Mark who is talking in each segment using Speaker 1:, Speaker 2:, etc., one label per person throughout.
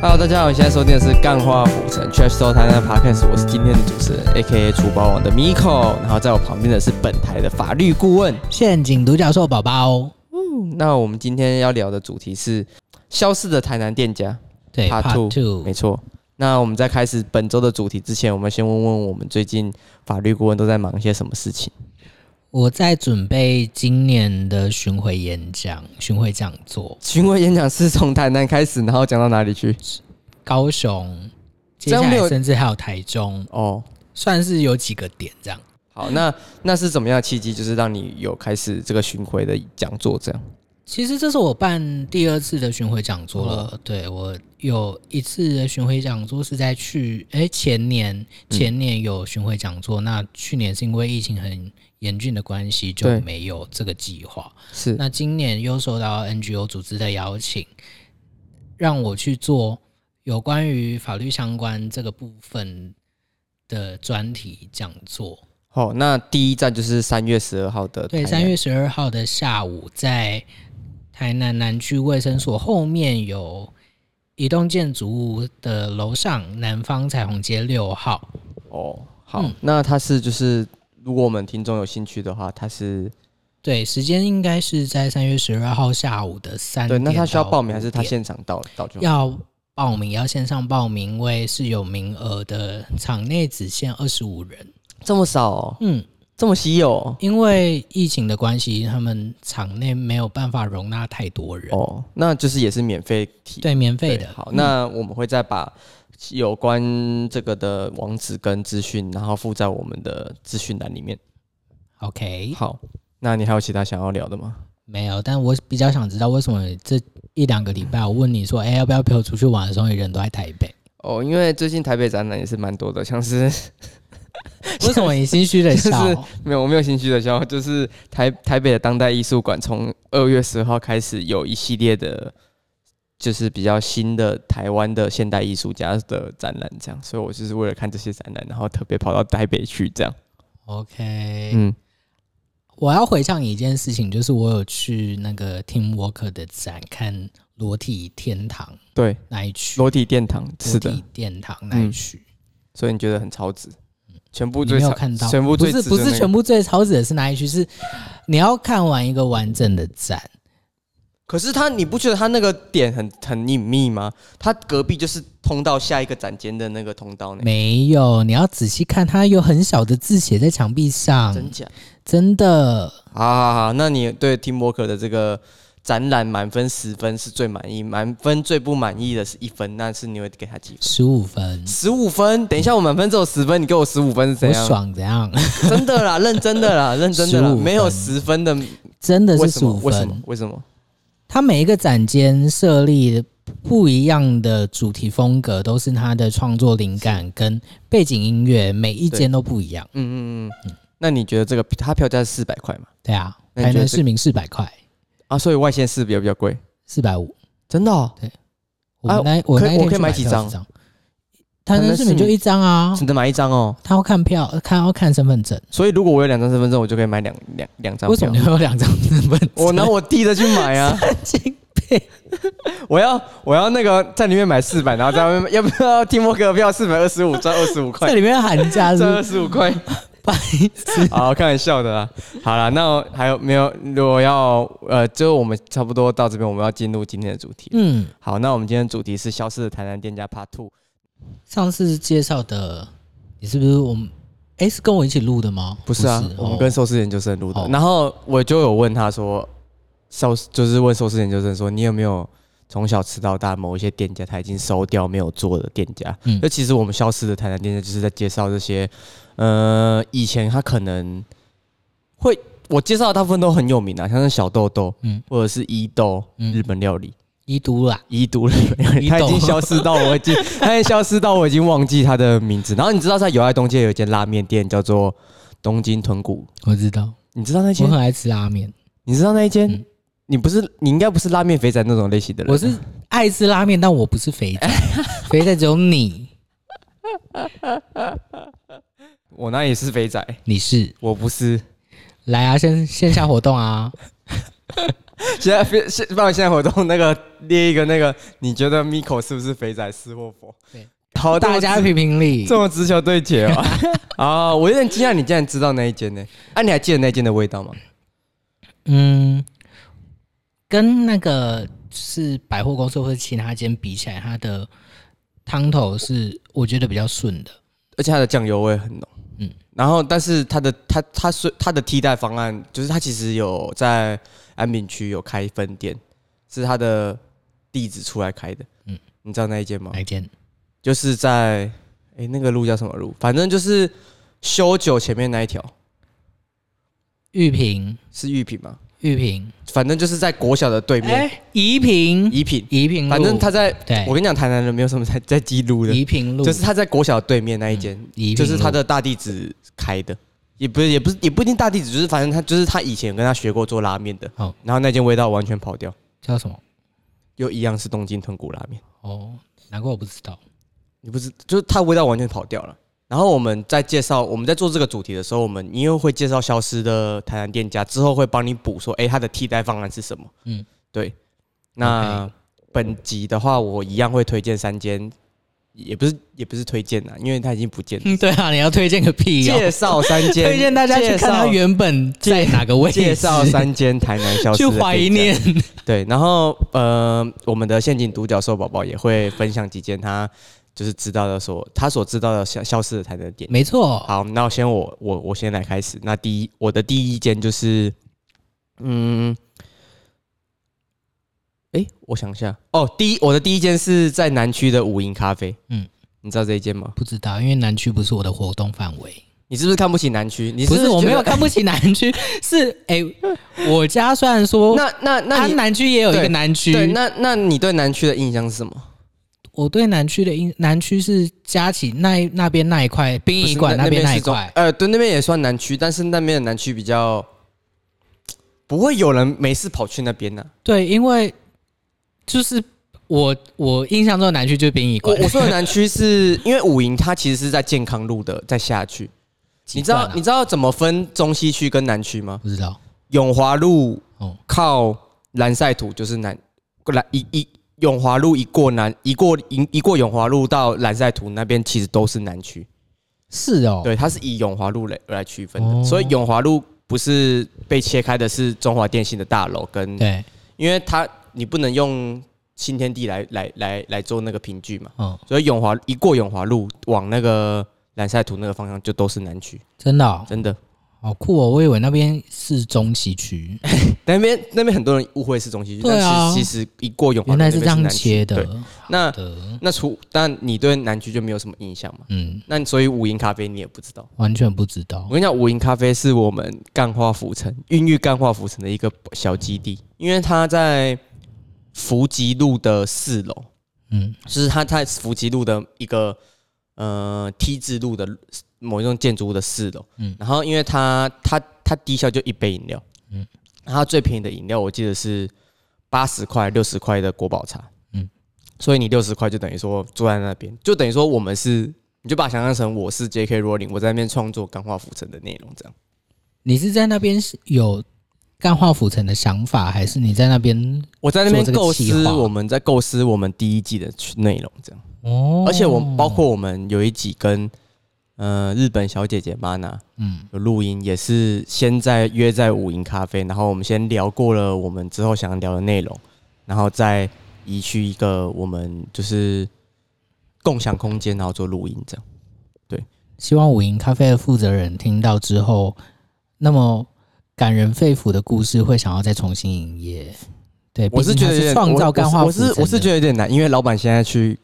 Speaker 1: 大家好，你现在收听的是《干话浮城 Trash Show 台南 Podcast》，我是今天的主持人，A.K.A. 厨包王的 Miko，然后在我旁边的是本台的法律顾问。
Speaker 2: 陷阱独角兽宝宝，
Speaker 1: 那我们今天要聊的主题是消失的台南店家，
Speaker 2: 对
Speaker 1: Part
Speaker 2: Part
Speaker 1: two
Speaker 2: Two，
Speaker 1: 没错。那我们在开始本周的主题之前，我们先问问我们最近法律顾问都在忙些什么事情。
Speaker 2: 我在准备今年的巡回演讲、巡回讲座，
Speaker 1: 巡回演讲是从台南开始，然后讲到哪里去？
Speaker 2: 高雄，接
Speaker 1: 这
Speaker 2: 下
Speaker 1: 样没有
Speaker 2: 来甚至还有台中，
Speaker 1: 哦，
Speaker 2: 算是有几个点这样。
Speaker 1: 好，那那是怎么样的契机，就是让你有开始这个巡回的讲座这样？
Speaker 2: 其实这是我办第二次的巡回讲座了。
Speaker 1: 哦
Speaker 2: 对我有一次的巡回讲座是在去哎、前年，
Speaker 1: 嗯
Speaker 2: 前年有巡回讲座，那去年是因为疫情很严峻的关系
Speaker 1: 对
Speaker 2: 就没有这个计划。
Speaker 1: 是
Speaker 2: 那今年又受到 NGO 组织的邀请，让我去做有关于法律相关这个部分的专题讲座。
Speaker 1: 好、那第一站就是三月十二号的
Speaker 2: 对，
Speaker 1: 台南
Speaker 2: 三月十二号的下午，在台南南区卫生所后面有一栋建筑物的楼上，南方彩虹街六号。
Speaker 1: 哦，好，
Speaker 2: 嗯
Speaker 1: 那它是就是如果我们听众有兴趣的话，它是
Speaker 2: 对，时间应该是在三月十二号下午的三
Speaker 1: 对，
Speaker 2: 点到五
Speaker 1: 那
Speaker 2: 点。
Speaker 1: 他需要报名还是他现场到到就好？
Speaker 2: 要报名，要线上报名，因为是有名额的，场内只限二十五人。
Speaker 1: 这么少、哦，
Speaker 2: 嗯，
Speaker 1: 这么稀有哦
Speaker 2: 因为疫情的关系，他们场内没有办法容纳太多人。
Speaker 1: 哦，那就是也是免费体
Speaker 2: 对，免费
Speaker 1: 对
Speaker 2: 的。
Speaker 1: 好，那我们会再把有关这个的网址跟资讯，然后附在我们的资讯栏里面。
Speaker 2: OK，
Speaker 1: 好，那你还有其他想要聊的吗？
Speaker 2: 没有，但我比较想知道为什么这一两个礼拜，我问你说，哎、要不要陪我出去玩的时候，你人都在台 北？
Speaker 1: 哦，因为最近台北展览也是蛮多的，像是
Speaker 2: 为什么你心虚的笑？
Speaker 1: 没有，我没有心虚的笑，就是台台北的当代艺术馆从二月十号开始有一系列的，就是比较新的台湾的现代艺术家的展览，这样，所以我就是为了看这些展览，然后特别跑到台北去，这样。
Speaker 2: OK，、
Speaker 1: 嗯，
Speaker 2: 我要回想一件事情，就是我有去那个 Team Walker 的展看裸体天堂
Speaker 1: 对，
Speaker 2: 那一区，
Speaker 1: 裸体殿堂是的
Speaker 2: 裸，体殿堂那一区，
Speaker 1: 所以你觉得很超值，全部
Speaker 2: 你
Speaker 1: 最
Speaker 2: 没有
Speaker 1: 超
Speaker 2: 看到，
Speaker 1: 全部
Speaker 2: 不
Speaker 1: 最
Speaker 2: 是
Speaker 1: 值
Speaker 2: 不
Speaker 1: 的那
Speaker 2: 是
Speaker 1: 个
Speaker 2: 全部最超值的是那一区，是你要看完一个完整的展，
Speaker 1: 可是他，你不觉得他那个点很很隐秘吗？他隔壁就是通到下一个展间的那个通道呢。
Speaker 2: 没有，你要仔细看，它有很小的字写在墙壁上，
Speaker 1: 真假？
Speaker 2: 真的。
Speaker 1: 好好好，那你对 Team Walker 的这个展览满分十分是最满意，满分最不满意的是一分，那是你会给他几分？
Speaker 2: 十五分，
Speaker 1: 十五分？等一下，我满分只有十分，你给我十五分是怎
Speaker 2: 我
Speaker 1: 样？
Speaker 2: 爽怎样？
Speaker 1: 真的啦，认真的啦，认真的啦，
Speaker 2: 15分
Speaker 1: 没有十分的，
Speaker 2: 真的
Speaker 1: 为
Speaker 2: 是
Speaker 1: 什
Speaker 2: 十
Speaker 1: 么
Speaker 2: 五？
Speaker 1: 为什么
Speaker 2: 分。？
Speaker 1: 为什么？
Speaker 2: 它每一个展间设立不一样的主题风格，都是它的创作灵感跟背景音乐，每一间都不一样。
Speaker 1: 嗯嗯嗯。那你觉得这个它票价是四百块嘛？
Speaker 2: 对啊，
Speaker 1: 那你
Speaker 2: 台
Speaker 1: 觉得
Speaker 2: 南
Speaker 1: 这
Speaker 2: 市民四百块，
Speaker 1: 啊，所以外线是比较比较贵，
Speaker 2: 四百五。
Speaker 1: 真的、哦？
Speaker 2: 我
Speaker 1: 啊
Speaker 2: 们那、我
Speaker 1: 可以
Speaker 2: 那一
Speaker 1: 我
Speaker 2: 天
Speaker 1: 可以
Speaker 2: 去
Speaker 1: 买
Speaker 2: 买
Speaker 1: 几
Speaker 2: 票
Speaker 1: 张
Speaker 2: 是这样？台
Speaker 1: 台南
Speaker 2: 南
Speaker 1: 市
Speaker 2: 市民就
Speaker 1: 民
Speaker 2: 一张啊
Speaker 1: 只，能买一张哦。
Speaker 2: 他要看票，看要看身份证。
Speaker 1: 所以如果我有两张身份证，我就可以买两两两张
Speaker 2: 为什
Speaker 1: 票
Speaker 2: 么你。会有两张身份证？
Speaker 1: 我 拿我弟的去买啊，
Speaker 2: 经病。
Speaker 1: 我要我要那个在里面买四百，然后在外面要不要听莫格票四百二十五赚二十五
Speaker 2: 在
Speaker 1: 块，
Speaker 2: 里面寒假是不
Speaker 1: 赚
Speaker 2: 是
Speaker 1: 二十五块，
Speaker 2: 白痴。
Speaker 1: 好开玩笑的啦。啊好啦，那还有没有？如果要呃，最后我们差不多到这边，我们要进入今天的主题。
Speaker 2: 嗯，
Speaker 1: 好，那我们今天的主题是消失的台南店家 Part Two。
Speaker 2: 上次介绍的，你是不是我们？哎、是跟我一起录的吗？
Speaker 1: 不是啊，我们跟
Speaker 2: 哦
Speaker 1: 寿司研究生录的
Speaker 2: 哦。
Speaker 1: 然后我就有问他说，寿司就是问寿司研究生说，你有没有从小吃到大某一些店家他已经收掉没有做的店家？
Speaker 2: 嗯
Speaker 1: 那其实我们消失的台南店家就是在介绍这些，呃，以前他可能会我介绍的大部分都很有名啊，像是小豆豆，
Speaker 2: 嗯
Speaker 1: 或者是伊豆、
Speaker 2: 嗯
Speaker 1: 日本料理。
Speaker 2: 遗毒啦。
Speaker 1: 遗毒日本料理，
Speaker 2: 伊
Speaker 1: 他已
Speaker 2: 豆
Speaker 1: 经消失到我已 经，他已经消失到我已经忘记他的名字。然后你知道在友爱东街有一间拉面店叫做东京豚骨
Speaker 2: 我知道，
Speaker 1: 你知道那
Speaker 2: 我
Speaker 1: 间？
Speaker 2: 很爱吃拉面，
Speaker 1: 你知道那一间？
Speaker 2: 嗯
Speaker 1: 你不是你应该不是拉面肥仔那种类型的人。
Speaker 2: 我是爱吃拉面，但我不是肥仔，肥仔只有你，
Speaker 1: 我那里是肥仔，
Speaker 2: 你是
Speaker 1: 我不是。
Speaker 2: 来啊，线线下活动啊，
Speaker 1: 现在非现办完现在活动那个列一个那个，你觉得 Miko 是不是肥仔是或否？
Speaker 2: 对，
Speaker 1: 好，
Speaker 2: 大家评评理
Speaker 1: 这。么直球对决 啊！啊，我有点惊讶，你竟然知道那一间呢？啊，你还记得那间的味道吗？
Speaker 2: 嗯，跟那个是百货公司或者其他间比起来，它的汤头是我觉得比较顺的。
Speaker 1: 而且它的酱油味很浓，嗯
Speaker 2: 嗯，
Speaker 1: 然后但是它的它它是它的替代方案，就是它其实有在安平区有开分店，是它的地址出来开的，嗯
Speaker 2: 嗯，
Speaker 1: 你知道那一间吗
Speaker 2: 哪？一间？
Speaker 1: 就是在哎、那个路叫什么路？反正就是修九前面那一条
Speaker 2: 玉屏，
Speaker 1: 是玉品吗？
Speaker 2: 玉屏，
Speaker 1: 反正就是在国小的对
Speaker 2: 哎
Speaker 1: 面，
Speaker 2: 宜平，
Speaker 1: 宜品，
Speaker 2: 宜平路，
Speaker 1: 反正他在，
Speaker 2: 对
Speaker 1: 我跟你讲，台南人没有什么在在记录的，
Speaker 2: 宜平路嗯
Speaker 1: 就是他在国小对面那一间，
Speaker 2: 宜
Speaker 1: 就
Speaker 2: 平
Speaker 1: 是他的大弟子开的，也不是也不是也不一定大弟子，就是反正他就是他以前跟他学过做拉面的，
Speaker 2: 好
Speaker 1: 然后那间味道完全跑掉，
Speaker 2: 叫什么？
Speaker 1: 又一样是东京豚骨拉面，
Speaker 2: 哦，难怪我不知道。
Speaker 1: 你不是就是它味道完全跑掉了。然后我们在介绍我们在做这个主题的时候，我们因为会介绍消失的台南店家，之后会帮你补说，哎，它的替代方案是什么？嗯
Speaker 2: 嗯，
Speaker 1: 对。那本集的话，我一样会推荐三间，也不是也不是推荐啦，因为它已经不 见了。
Speaker 2: 嗯，对啊，你要推荐个屁哦！
Speaker 1: 介绍三间，
Speaker 2: 推荐大家去看他
Speaker 1: 介绍
Speaker 2: 原本在哪个位置，
Speaker 1: 介绍三间台南消失
Speaker 2: 去
Speaker 1: 的
Speaker 2: 怀
Speaker 1: 店家
Speaker 2: 念。
Speaker 1: 对，然后呃，我们的陷阱独角兽宝宝也会分享几间他就是知道的所他所知道的消消失的台南店。
Speaker 2: 没错，
Speaker 1: 好，那我先我我我先来开始。那第一，我的第一间就是，嗯，诶，我想一下，哦，第一我的第一间是在南区的五营咖啡，嗯
Speaker 2: 嗯，
Speaker 1: 你知道这一间吗？
Speaker 2: 不知道，因为南区不是我的活动范围。
Speaker 1: 你是不是看不起南区？你
Speaker 2: 不
Speaker 1: 是
Speaker 2: 是，我
Speaker 1: 觉
Speaker 2: 没有
Speaker 1: 得。
Speaker 2: 看不起南区，是哎、我家虽然说，
Speaker 1: 那那那
Speaker 2: 它
Speaker 1: 你
Speaker 2: 南区也有一
Speaker 1: 对
Speaker 2: 个南区，
Speaker 1: 对，那那你对南区的印象是什么？
Speaker 2: 我对南区的印南区是加起那那边那一块殡仪馆
Speaker 1: 不是
Speaker 2: 边那一
Speaker 1: 是中
Speaker 2: 块，
Speaker 1: 呃，对，那边也算南区，但是那边的南区比较不会有人没事跑去那边啊呢、
Speaker 2: 对，因为就是我我印象中的南区就是殡仪
Speaker 1: 我
Speaker 2: 馆，
Speaker 1: 我说的南区是因为五营它其实是在健康路的再下去，你知道
Speaker 2: 几段啊
Speaker 1: 你知道怎么分中西区跟南区吗？
Speaker 2: 不知道
Speaker 1: 永华路
Speaker 2: 哦，
Speaker 1: 靠蓝晒土就是南蓝一一永华路一过南一过一一过永华路到蓝晒土那边其实都是南区。
Speaker 2: 是哦，
Speaker 1: 对，它是以永华路来来区分的，
Speaker 2: 哦
Speaker 1: 所以永华路不是被切开的，是中华电信的大楼跟，
Speaker 2: 对，
Speaker 1: 因为它你不能用新天地来来来来做那个凭据嘛，
Speaker 2: 嗯，
Speaker 1: 所以永华一过永华路往那个蓝晒图那个方向就都是南区，
Speaker 2: 真的、哦，
Speaker 1: 真的，
Speaker 2: 好酷哦，我以为那边是中西 区，
Speaker 1: 那边那边很多人误会是中西区，
Speaker 2: 对啊
Speaker 1: 但其实其实一过永华
Speaker 2: 原
Speaker 1: 路
Speaker 2: 来
Speaker 1: 那
Speaker 2: 是
Speaker 1: 边是
Speaker 2: 这样
Speaker 1: 南区
Speaker 2: 切的
Speaker 1: 对，那
Speaker 2: 的，
Speaker 1: 那除但你对南区就没有什么印象嘛，
Speaker 2: 嗯，
Speaker 1: 那所以五营咖啡你也不知道。
Speaker 2: 完全不知道
Speaker 1: 我，跟你讲，五营咖啡是我们干化浮城、孕育干化浮城的一个小基地，因为它在福吉路的四楼，
Speaker 2: 嗯，
Speaker 1: 就是它在福吉路的一个呃 T 字路的某一栋建筑物的四楼。嗯
Speaker 2: 嗯，
Speaker 1: 然后因为它它它低消就一杯饮料，嗯
Speaker 2: 嗯，
Speaker 1: 然后它最便宜的饮料我记得是八十块、六十块的国宝茶，嗯
Speaker 2: 嗯，
Speaker 1: 所以你六十块就等于说坐在那边，就等于说我们是。你就把它想象成我是 J.K. Rowling，我在那边创作钢化浮城的内容，这样。
Speaker 2: 你是在那边是有干化浮城的想法，还是你在那边？
Speaker 1: 我在那边
Speaker 2: 做这个
Speaker 1: 构
Speaker 2: 企
Speaker 1: 思，
Speaker 2: 划
Speaker 1: 我们在构思我们第一季的内容，这样。
Speaker 2: 哦
Speaker 1: 而且我们包括我们有一集跟呃日本小姐姐 Mana
Speaker 2: 嗯，
Speaker 1: 有录音，也是先在约在五营咖啡，然后我们先聊过了我们之后想聊的内容，然后再移去一个我们就是共享空间，然后做录音这样。
Speaker 2: 希望五营咖啡的负责人听到之后，那么感人肺腑的故事会想要再重新营业。对，
Speaker 1: 我是
Speaker 2: 毕
Speaker 1: 觉
Speaker 2: 竟
Speaker 1: 得
Speaker 2: 它
Speaker 1: 有点
Speaker 2: 是创
Speaker 1: 我
Speaker 2: 造
Speaker 1: 我
Speaker 2: 干
Speaker 1: 是
Speaker 2: 化
Speaker 1: 我
Speaker 2: 浮城
Speaker 1: 是我是觉得有点难，因为老板现在去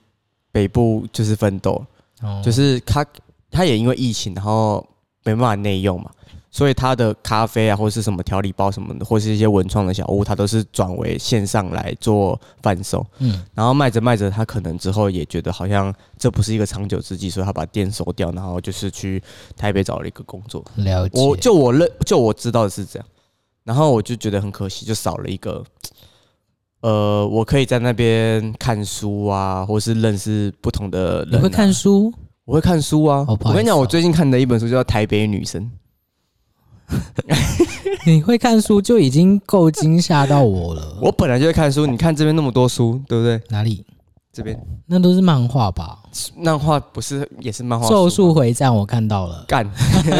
Speaker 1: 北部就是奋斗，
Speaker 2: 得、哦
Speaker 1: 就是他他也因为疫情，然后没办法内用嘛，所以他的咖啡啊，或是什么调理包什么的，或是一些文创的小物，他都是转为线上来做贩售。
Speaker 2: 嗯，
Speaker 1: 然后卖着卖着，他可能之后也觉得好像这不是一个长久之计，所以他把店收掉，然后就是去台北找了一个工作。
Speaker 2: 了解。
Speaker 1: 我就我认就我知道的是这样，然后我就觉得很可惜，就少了一个，呃，我可以在那边看书啊，或是认识不同的人、啊
Speaker 2: 你会看书，
Speaker 1: 我会看书啊，
Speaker 2: 哦不好
Speaker 1: 我跟你
Speaker 2: 意思
Speaker 1: 讲，
Speaker 2: 哦
Speaker 1: 我最近看的一本书叫《台北女生》，
Speaker 2: 你会看书就已经够惊吓到我了。
Speaker 1: 我本来就会看书，你看这边那么多书，对不对？
Speaker 2: 哪里？
Speaker 1: 这边
Speaker 2: 那都是漫画吧？
Speaker 1: 漫画不是也是漫画
Speaker 2: 《
Speaker 1: 书吗？
Speaker 2: 咒术回战》我看到了，
Speaker 1: 干，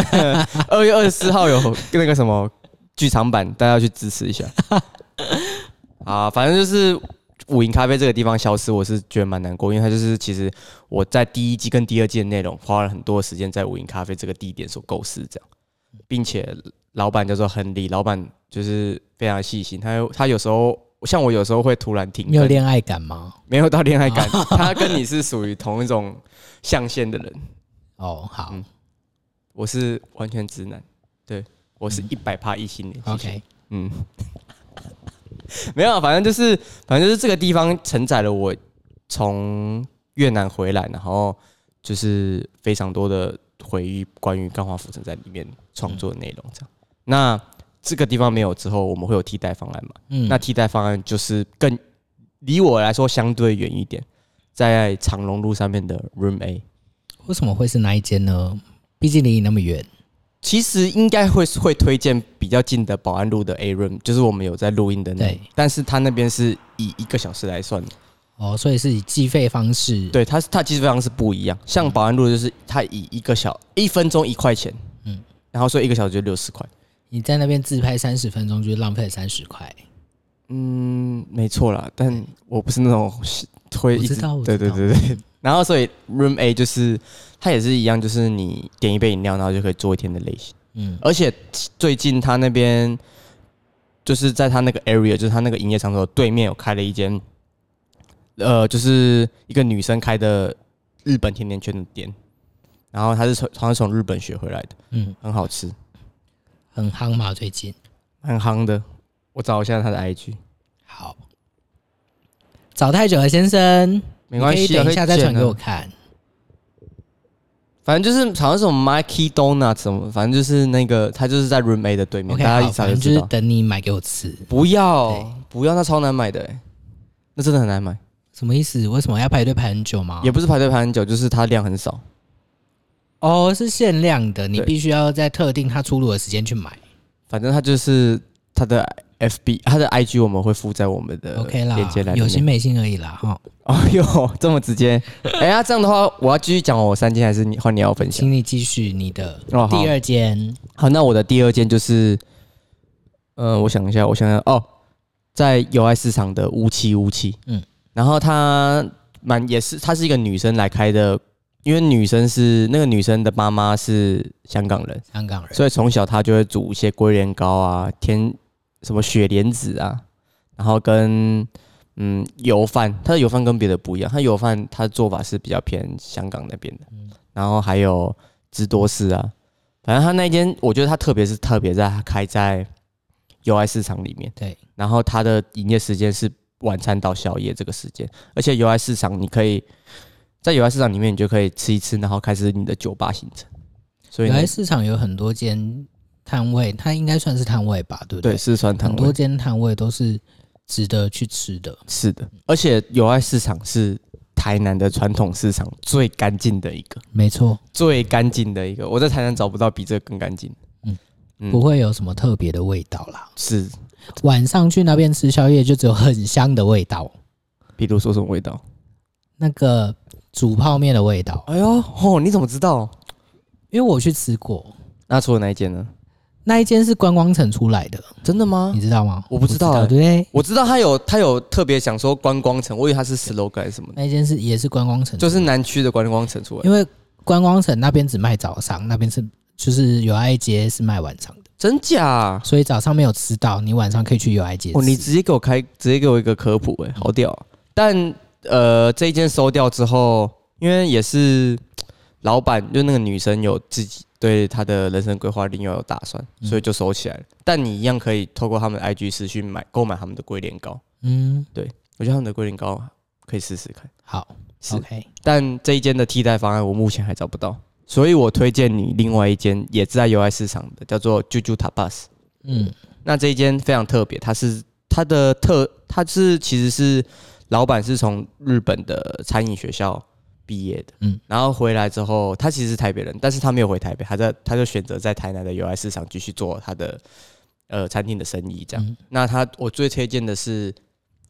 Speaker 1: 二月二十四号有那个什么剧场版，大家要去支持一 下。啊，反正就是五营咖啡这个地方消失，我是觉得蛮难过，因为它就是其实我在第一季跟第二季的内容花了很多时间在五营咖啡这个地点所构思，这样，并且老板叫做亨利，老板就是非常细心，他有他有时候像我有时候会突然停
Speaker 2: 你有
Speaker 1: 更，
Speaker 2: 恋爱感吗？
Speaker 1: 没有到恋爱感，他跟你是属于同一种象限的人。
Speaker 2: 哦，好
Speaker 1: 嗯我是完全直男，对我是一百趴异性恋。谢谢
Speaker 2: 嗯，OK，
Speaker 1: 嗯， 没有啊，反正就是，反正就是这个地方承载了我从越南回来，然后就是非常多的回忆，关于《钢化浮城》在里面创作的内容。这样，
Speaker 2: 嗯
Speaker 1: 那这个地方没有之后，我们会有替代方案嘛？
Speaker 2: 嗯，
Speaker 1: 那替代方案就是更离我来说相对远一点，在长隆路上面的 Room A。
Speaker 2: 为什么会是那一间呢？毕竟离你那么远。
Speaker 1: 其实应该会会推荐比较近的保安路的 A room，就是我们有在录音的那
Speaker 2: 对，
Speaker 1: 但是他那边是以一个小时来算的，
Speaker 2: 哦，所以是以计费方式。，
Speaker 1: 对，它它其实非常是不一样。像保安路就是它以一个小一分钟一块钱，嗯
Speaker 2: 嗯，
Speaker 1: 然后所以一个小时就六十块，
Speaker 2: 你在那边自拍三十分钟，就是浪费三十块。
Speaker 1: 嗯，没错啦。但我不是那种会
Speaker 2: 我
Speaker 1: 一直
Speaker 2: 知道我
Speaker 1: 对对
Speaker 2: 知道
Speaker 1: 对对。然后所以 room A 就是它也是一样，就是你点一杯饮料，然后就可以做一天的类型。
Speaker 2: 嗯，
Speaker 1: 而且最近他那边就是在他那个 area，就是他那个营业场所对面有开了一间，呃，就是一个女生开的日本甜甜圈的店，然后她是从好像从日本学回来的，
Speaker 2: 嗯，
Speaker 1: 很好吃，
Speaker 2: 很夯嘛，最近。
Speaker 1: 很夯的。我找一下她的 IG，
Speaker 2: 好，找太久了，先生，
Speaker 1: 没关系啊
Speaker 2: 你可以等一下再传
Speaker 1: 会剪啊
Speaker 2: 给我看。
Speaker 1: 反正就是好像是我们 Mikey Donut 什么，反正就是那个她就是在 Room A 的对面
Speaker 2: OK，
Speaker 1: 大家
Speaker 2: 好，
Speaker 1: 一早
Speaker 2: 反
Speaker 1: 就
Speaker 2: 正就
Speaker 1: 知
Speaker 2: 是
Speaker 1: 道。
Speaker 2: 等你买给我吃。
Speaker 1: 不要
Speaker 2: 对
Speaker 1: 不要，那超难买的、欸，那真的很难买，
Speaker 2: 什么意思？为什么要排队排很久吗？
Speaker 1: 也不是排队排很久，就是它量很少。
Speaker 2: 哦，是限量的，你
Speaker 1: 对
Speaker 2: 必须要在特定它出炉的时间去买。
Speaker 1: 反正他就是他的 FB，他的 IG 我们会附在我们的
Speaker 2: OK 啦
Speaker 1: 呃链接栏，里
Speaker 2: 有心
Speaker 1: 面。
Speaker 2: 没心而已啦，哈。
Speaker 1: 哦哟，这么直 接！哎、呀，这样的话，我要继续讲我三间，还是你换你要分享？
Speaker 2: 请你继续你的
Speaker 1: 哦，好
Speaker 2: 第，二间。
Speaker 1: 好，那我的第二间就是，呃，我想一下，我想想，哦，在友爱市场的乌七乌七，嗯
Speaker 2: 嗯，
Speaker 1: 然后她蛮也是，她是一个女生来开的，因为女生是那个女生的妈妈是香港人，
Speaker 2: 香港人，
Speaker 1: 所以从小他就会煮一些龟苓膏啊、甜什么雪莲子啊，然后跟嗯油饭，他的油饭跟别的不一样，他油饭他的做法是比较偏香港那边的，
Speaker 2: 嗯
Speaker 1: 然后还有芝多士啊，反正他那间我觉得他特别是特别在它开在友爱市场里面，
Speaker 2: 对，
Speaker 1: 然后它的营业时间是晚餐到宵夜这个时间，而且友爱市场你可以。在友爱市场里面，你就可以吃一吃，然后开始你的酒吧行程。所以
Speaker 2: 原
Speaker 1: 呢
Speaker 2: 来市场有很多间摊位，它应该算是摊位吧，对不
Speaker 1: 对，四川
Speaker 2: 很
Speaker 1: 糖
Speaker 2: 多间摊位都是值得去吃的。
Speaker 1: 是的，而且友爱市场是台南的传统市场最干净的一个，
Speaker 2: 没错，
Speaker 1: 最干净的一个。我在台南找不到比这个更干净的。嗯
Speaker 2: 不会有什么特别的味道啦。
Speaker 1: 是，
Speaker 2: 晚上去那边吃宵夜，就只有很香的味道，
Speaker 1: 比如说什么味道？
Speaker 2: 那个煮泡面的味道。
Speaker 1: 哎呦，哦，你怎么知道？
Speaker 2: 因为我去吃过，
Speaker 1: 那除了那一间呢？
Speaker 2: 那一间是观光城出来的，
Speaker 1: 真的吗
Speaker 2: 你？知道吗？
Speaker 1: 啊我不知道欸
Speaker 2: 对不对？
Speaker 1: 我知道他有，他有特别想说观光城，我以为他是 slogan 还是什么的，
Speaker 2: 那一间是也是观光城出
Speaker 1: 就
Speaker 2: 来的，
Speaker 1: 是南区的观光城出来。
Speaker 2: 因为观光城那边只卖早上，那边是就是友爱街是卖晚上的，
Speaker 1: 真假？
Speaker 2: 所以早上没有吃到，你晚上可以去友爱街吃。
Speaker 1: 哦，你直接给我开，直接给我一个科普、哎，好屌啊、但呃，这一间收掉之后，因为也是老板，就那个女生有自己对她的人生规划另外有打算，
Speaker 2: 嗯
Speaker 1: 所以就收起来了。但你一样可以透过他们的 IG 私去买购买他们的龟苓膏，
Speaker 2: 嗯，
Speaker 1: 我觉得他们的龟苓膏可以试试看。
Speaker 2: 好
Speaker 1: 是
Speaker 2: ，OK，
Speaker 1: 但这一间的替代方案我目前还找不到，所以我推荐你另外一间也是在友爱市场的，叫做啾啾塔巴斯。
Speaker 2: 嗯
Speaker 1: 那这一间非常特别，它是它的特，它是其实是老板是从日本的餐饮学校毕业的，
Speaker 2: 嗯
Speaker 1: 嗯，然后回来之后，他其实是台北人，但是他没有回台北，他在他就选择在台南的友爱市场继续做他的呃餐厅的生意这样。
Speaker 2: 嗯
Speaker 1: 那他我最推荐的是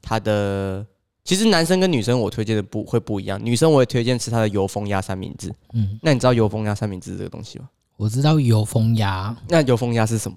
Speaker 1: 他的，其实男生跟女生我推荐的不会不一样，女生我也推荐吃他的油封鸭三明治。
Speaker 2: 嗯，
Speaker 1: 那你知道油封鸭三明治这个东西吗？
Speaker 2: 我知道油封鸭，
Speaker 1: 那油封鸭是什么？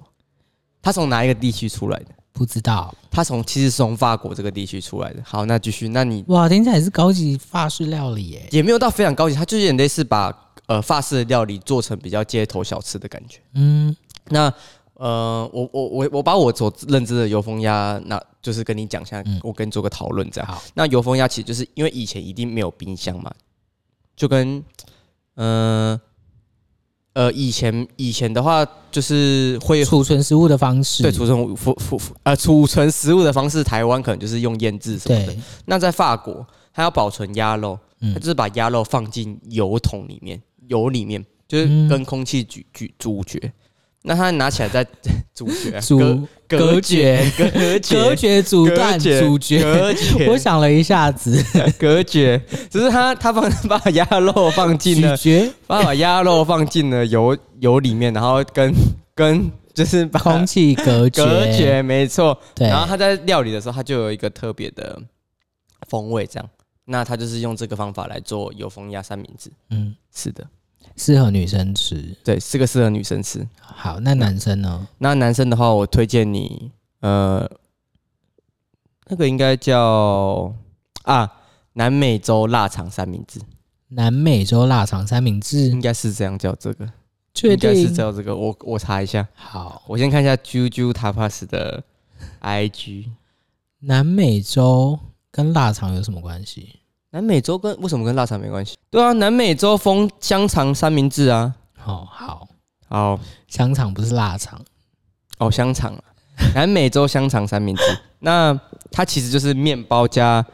Speaker 1: 它从哪一个地区出来的？
Speaker 2: 不知道
Speaker 1: 它从其实是从法国这个地区出来的。好，那继续，那你
Speaker 2: 哇，听起来是高级法式料理耶。
Speaker 1: 也没有到非常高级，它就是有点类似把呃法式的料理做成比较街头小吃的感觉。
Speaker 2: 嗯
Speaker 1: 那呃，我我我我把我所认知的油封鸭，那就是跟你讲一下，
Speaker 2: 嗯
Speaker 1: 我跟你做个讨论这样。
Speaker 2: 好
Speaker 1: 那油封鸭其实就是因为以前一定没有冰箱嘛，就跟呃呃以前以前的话就是会
Speaker 2: 储存食物的方式，
Speaker 1: 对储存服服服呃储存食物的方式，台湾可能就是用腌制什么的。
Speaker 2: 对
Speaker 1: 那在法国，它要保存鸭肉，
Speaker 2: 嗯
Speaker 1: 它就是把鸭肉放进油桶里面，油里面就是
Speaker 2: 嗯
Speaker 1: 跟空气咀咀咀嚼。那它拿起来再 咀嚼啊，
Speaker 2: 主
Speaker 1: 隔
Speaker 2: 隔
Speaker 1: 隔绝隔
Speaker 2: 隔
Speaker 1: 绝
Speaker 2: 绝阻
Speaker 1: 隔
Speaker 2: 断
Speaker 1: 绝
Speaker 2: 主角，
Speaker 1: 隔绝，
Speaker 2: 我想了一下子，
Speaker 1: 隔绝，只是它它放 把鸭肉放 进了
Speaker 2: 咀，嚼
Speaker 1: 把把鸭肉放进了油油里面，然后跟跟就是把
Speaker 2: 空气隔绝，
Speaker 1: 隔绝，没错。
Speaker 2: 对，
Speaker 1: 然后它在料理的时候，它就有一个特别的风味，这样。那它就是用这个方法来做油封鸭三明治。
Speaker 2: 嗯，
Speaker 1: 是的，
Speaker 2: 适合女生吃。
Speaker 1: 对，是个适合女生吃。
Speaker 2: 好，那男生呢？
Speaker 1: 那男生的话，我推荐你，呃，那个应该叫啊，南美洲腊肠三明治，
Speaker 2: 南美洲腊肠三明治
Speaker 1: 应，该是这样叫这个，嗯
Speaker 2: 确
Speaker 1: 应该是
Speaker 2: 定
Speaker 1: 叫这个。我我查一下，
Speaker 2: 好。
Speaker 1: 我先看一下啾啾 tapas 的 IG。
Speaker 2: 南美洲跟腊肠有什么关系？
Speaker 1: 南美洲跟为什么跟腊肠没关系？对啊，南美洲风香肠三明治啊。
Speaker 2: 哦，好，
Speaker 1: 好，
Speaker 2: 香肠不是腊肠，
Speaker 1: 哦，香肠啊，南美洲香肠三明治。 那它其实就是面包加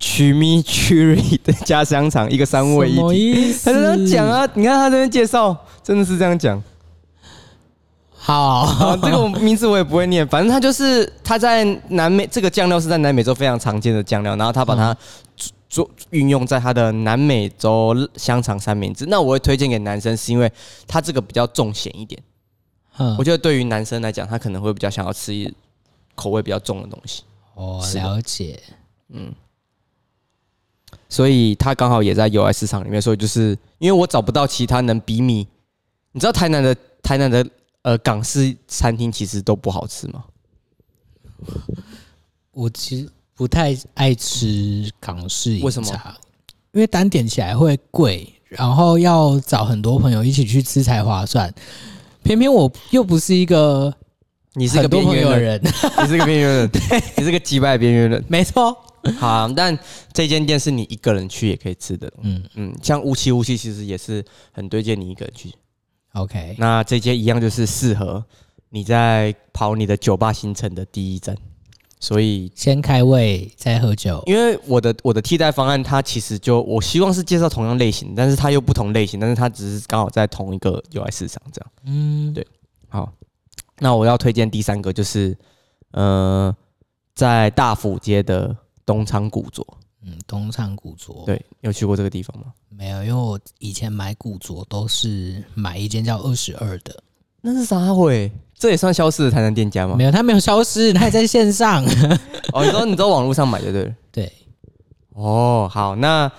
Speaker 1: chimichurri 的加香肠，一个三位一
Speaker 2: 什么
Speaker 1: 体。
Speaker 2: 意
Speaker 1: 他
Speaker 2: 思？
Speaker 1: 这样讲，啊，你看他这边介绍，真的是这样 讲。
Speaker 2: 好，
Speaker 1: 啊，这个我名字我也不会念，反正它就是它在南美这个酱料是在南美洲非常常见的酱料，然后他把
Speaker 2: 嗯
Speaker 1: 它做做运用在他的南美洲香肠三明治。那我会推荐给男生，是因为它这个比较重咸一点。
Speaker 2: 嗯
Speaker 1: 我，觉得对于男生来讲，他可能会比较想要吃一口味比较重的东西，
Speaker 2: 我
Speaker 1: 是的
Speaker 2: 哦了解。
Speaker 1: 所以他刚好也在友爱市场里面，所以就是因为我找不到其他能比拟，你知道台南的台南的呃港式餐厅其实都不好吃吗？
Speaker 2: 我其实不太爱吃港式饮茶，
Speaker 1: 为什么？
Speaker 2: 因为单点起来会贵，然后要找很多朋友一起去吃才划算。偏偏我又不是一个
Speaker 1: 你是一个
Speaker 2: 很多
Speaker 1: 边
Speaker 2: 朋
Speaker 1: 缘
Speaker 2: 友
Speaker 1: 人
Speaker 2: 的，人，
Speaker 1: 你是个边缘人，你是个击败边缘人。
Speaker 2: 没错。
Speaker 1: 好啊、但这间店是你一个人去也可以吃的。
Speaker 2: 嗯
Speaker 1: 嗯，像乌七乌七其实也是很推荐你一个人去。
Speaker 2: ，OK，
Speaker 1: 那这间一样就是适合你在跑你的酒吧行程的第一站，所以
Speaker 2: 先开胃再喝酒。
Speaker 1: 因为我的我的替代方案，它其实就我希望是介绍同样类型，但是它又不同类型，但是它只是刚好在同一个友爱市场这样。
Speaker 2: 嗯，
Speaker 1: 对好，那我要推荐第三个就是，呃，在大府街的东昌古着，
Speaker 2: 嗯，东昌古着。
Speaker 1: 对，你有去过这个地方吗？
Speaker 2: 没有，因为我以前买古着都是买一间叫二十二的，
Speaker 1: 那是啥会？这也算消失的台南店家吗
Speaker 2: 没？有，它没有消失，它还在线上。
Speaker 1: 哦，你说你在网络上买就对了。
Speaker 2: 对，
Speaker 1: 哦，好，那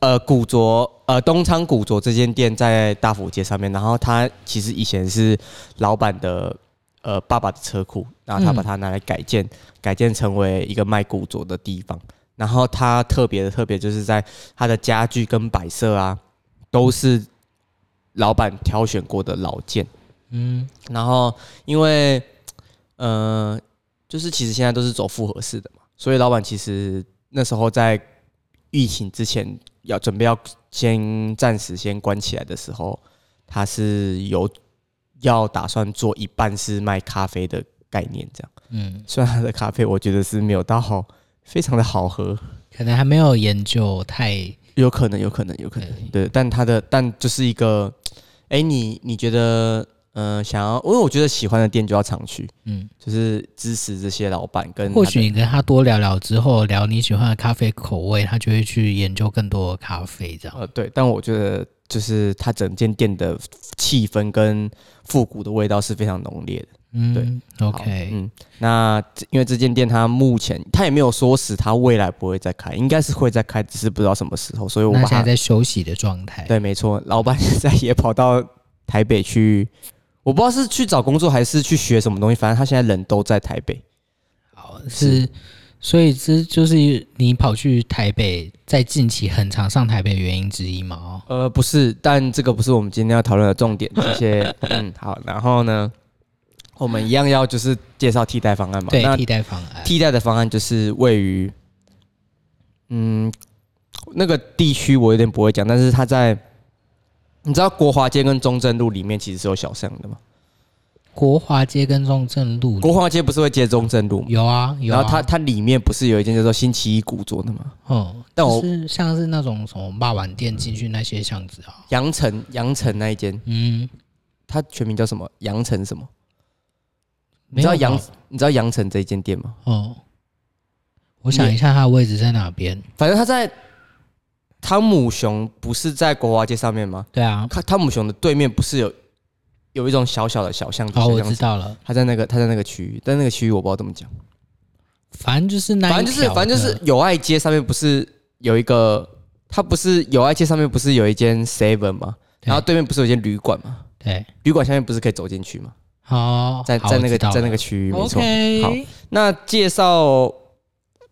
Speaker 1: 呃古着呃东昌古着这间店在大府街上面，然后它其实以前是老板的呃爸爸的车库，然后他把它拿来改建，改建成为一个卖古着的地方。然后它特别的特别就是在它的家具跟摆设啊，都是老板挑选过的老件。
Speaker 2: 嗯，
Speaker 1: 然后因为呃，就是其实现在都是走复合式的嘛，所以老板其实那时候在疫情之前要准备要先暂时先关起来的时候，他是有要打算做一半是卖咖啡的概念这样。
Speaker 2: 嗯，
Speaker 1: 虽然他的咖啡我觉得是没有到好，非常的好喝，
Speaker 2: 可能还没有研究 太
Speaker 1: 有可能，有可能，有可能，对，但他的但就是一个，哎、你你觉得嗯，想要，因为我觉得喜欢的店就要常去，
Speaker 2: 嗯，
Speaker 1: 就是支持这些老板跟
Speaker 2: 或
Speaker 1: 他
Speaker 2: 许
Speaker 1: 的
Speaker 2: 你跟他多聊聊之后，聊你喜欢的咖啡口味，他就会去研究更多的咖啡，这样。
Speaker 1: 呃对，但我觉得就是它整间店的气氛跟复古的味道是非常浓烈的。
Speaker 2: 嗯，对
Speaker 1: 好
Speaker 2: ，OK，
Speaker 1: 嗯，那这因为这间店它目前它也没有说死，它未来不会再开，应该是会再开，只是不知道什么时候，所以我
Speaker 2: 那
Speaker 1: 把
Speaker 2: 现
Speaker 1: 它
Speaker 2: 在在休息的状态。
Speaker 1: 对，没错，老板 现在也跑到台北去，我不知道是去找工作还是去学什么东西，反正他现在人都在台北。
Speaker 2: 好是，所以这就是你跑去台北，在近期很常上台北的原因之一嘛？哦，
Speaker 1: 呃，不是，但这个不是我们今天要讨论的重点。谢 谢。嗯，好，然后呢，我们一样要就是介绍替代方案嘛。
Speaker 2: 对，
Speaker 1: 那
Speaker 2: 替代方案。
Speaker 1: 替代的方案就是位于，嗯，那个地区我有点不会讲，但是它在，你知道国华街跟中正路里面其实是有小巷的嘛？
Speaker 2: 国华街跟中正路
Speaker 1: 国华街不是会接中正路吗？
Speaker 2: 嗯有啊有
Speaker 1: 然
Speaker 2: 啊，
Speaker 1: 后它它里面不是有一间叫做星期一古着的吗？
Speaker 2: 嗯，
Speaker 1: 但我
Speaker 2: 就是像是那种什么霸碗店进去那些巷子啊，
Speaker 1: 羊城羊城那一间，
Speaker 2: 嗯，
Speaker 1: 它全名叫什么？羊城什么？
Speaker 2: 没
Speaker 1: 你知道
Speaker 2: 有
Speaker 1: 羊
Speaker 2: 吧
Speaker 1: 你知道羊城这一间店吗？
Speaker 2: 哦。我想一下，它的位置在哪边？
Speaker 1: 反正他在汤姆熊不是在国华街上面吗？
Speaker 2: 对啊，
Speaker 1: 他汤姆熊的对面不是有有一种小小的小巷子？
Speaker 2: 好，
Speaker 1: 小
Speaker 2: 我
Speaker 1: 巷子
Speaker 2: 知道了，
Speaker 1: 他在那个他在那个区域，但那个区域我不知道怎么讲，
Speaker 2: 反正就是那一
Speaker 1: 反正就是
Speaker 2: 条
Speaker 1: 反正就是
Speaker 2: 的
Speaker 1: 友爱街上面不是有一个，它不是友爱街上面不是有一间 Seven 吗？
Speaker 2: 对
Speaker 1: 然后对面不是有一间旅馆吗？
Speaker 2: 对，
Speaker 1: 旅馆下面不是可以走进去吗？
Speaker 2: 好，
Speaker 1: 在
Speaker 2: 好
Speaker 1: 在
Speaker 2: 我
Speaker 1: 那个
Speaker 2: 知道
Speaker 1: 在那
Speaker 2: 了
Speaker 1: 个区域，没错。
Speaker 2: OK，
Speaker 1: 好那介绍，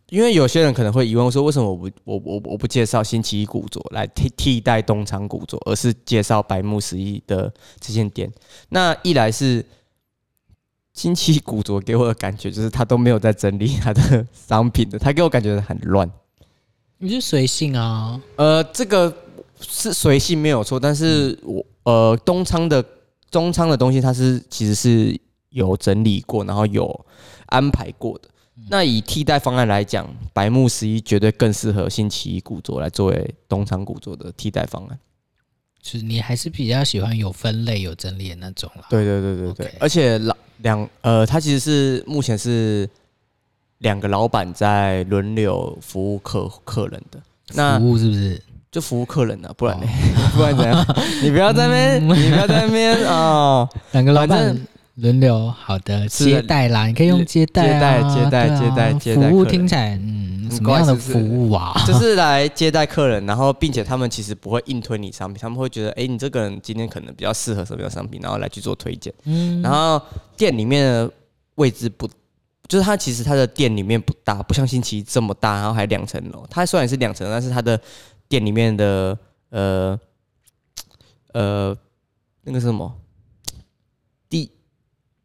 Speaker 1: 因为有些人可能会疑问说，为什么我不我我我不介绍星期一古着来替替代东厂古着，而是介绍白木十一的这间店？那一来是星期一古着给我的感觉就是他都没有在整理他的商品的，他给我感觉很乱。
Speaker 2: 你就随性啊，
Speaker 1: 呃，这个是随性没有错，但是我呃东昌的东昌的东西，它是其实是有整理过，然后有安排过的。那以替代方案来讲，白木十一绝对更适合星期一古着来作为东昌古着的替代方案。
Speaker 2: 就是你还是比较喜欢有分类、有整理的那种啦。
Speaker 1: 对对对对对
Speaker 2: 啊 OK
Speaker 1: 而且老两呃，它其实是目前是两个老板在轮流服务客客人的。那
Speaker 2: 服务是不是？
Speaker 1: 就服务客人啊，不然、
Speaker 2: 哦嗯
Speaker 1: 呢？ 不然怎 样？你不要在那边，你不要在那边哦，
Speaker 2: 两个老
Speaker 1: 反
Speaker 2: 板
Speaker 1: 正
Speaker 2: 轮流，好的
Speaker 1: 是的
Speaker 2: 接待啦，你可以用接待啊、
Speaker 1: 接待
Speaker 2: 对啊
Speaker 1: 接待接待
Speaker 2: 服
Speaker 1: 客
Speaker 2: 务
Speaker 1: 人
Speaker 2: 听起来，嗯，
Speaker 1: 很
Speaker 2: 什么样
Speaker 1: 怪
Speaker 2: 的
Speaker 1: 是
Speaker 2: 服
Speaker 1: 不是
Speaker 2: 务啊？
Speaker 1: 就是来接待客人，然后并且他们其实不会硬推你商品，他们会觉得，哎、你这个人今天可能比较适合什么样的商品，然后来去做推荐。
Speaker 2: 嗯，
Speaker 1: 然后店里面的位置不，就是它其实它的店里面不大，不像星期一这么大，然后还两层楼。它虽然是两层，但是它的店里面的呃呃那个是什么地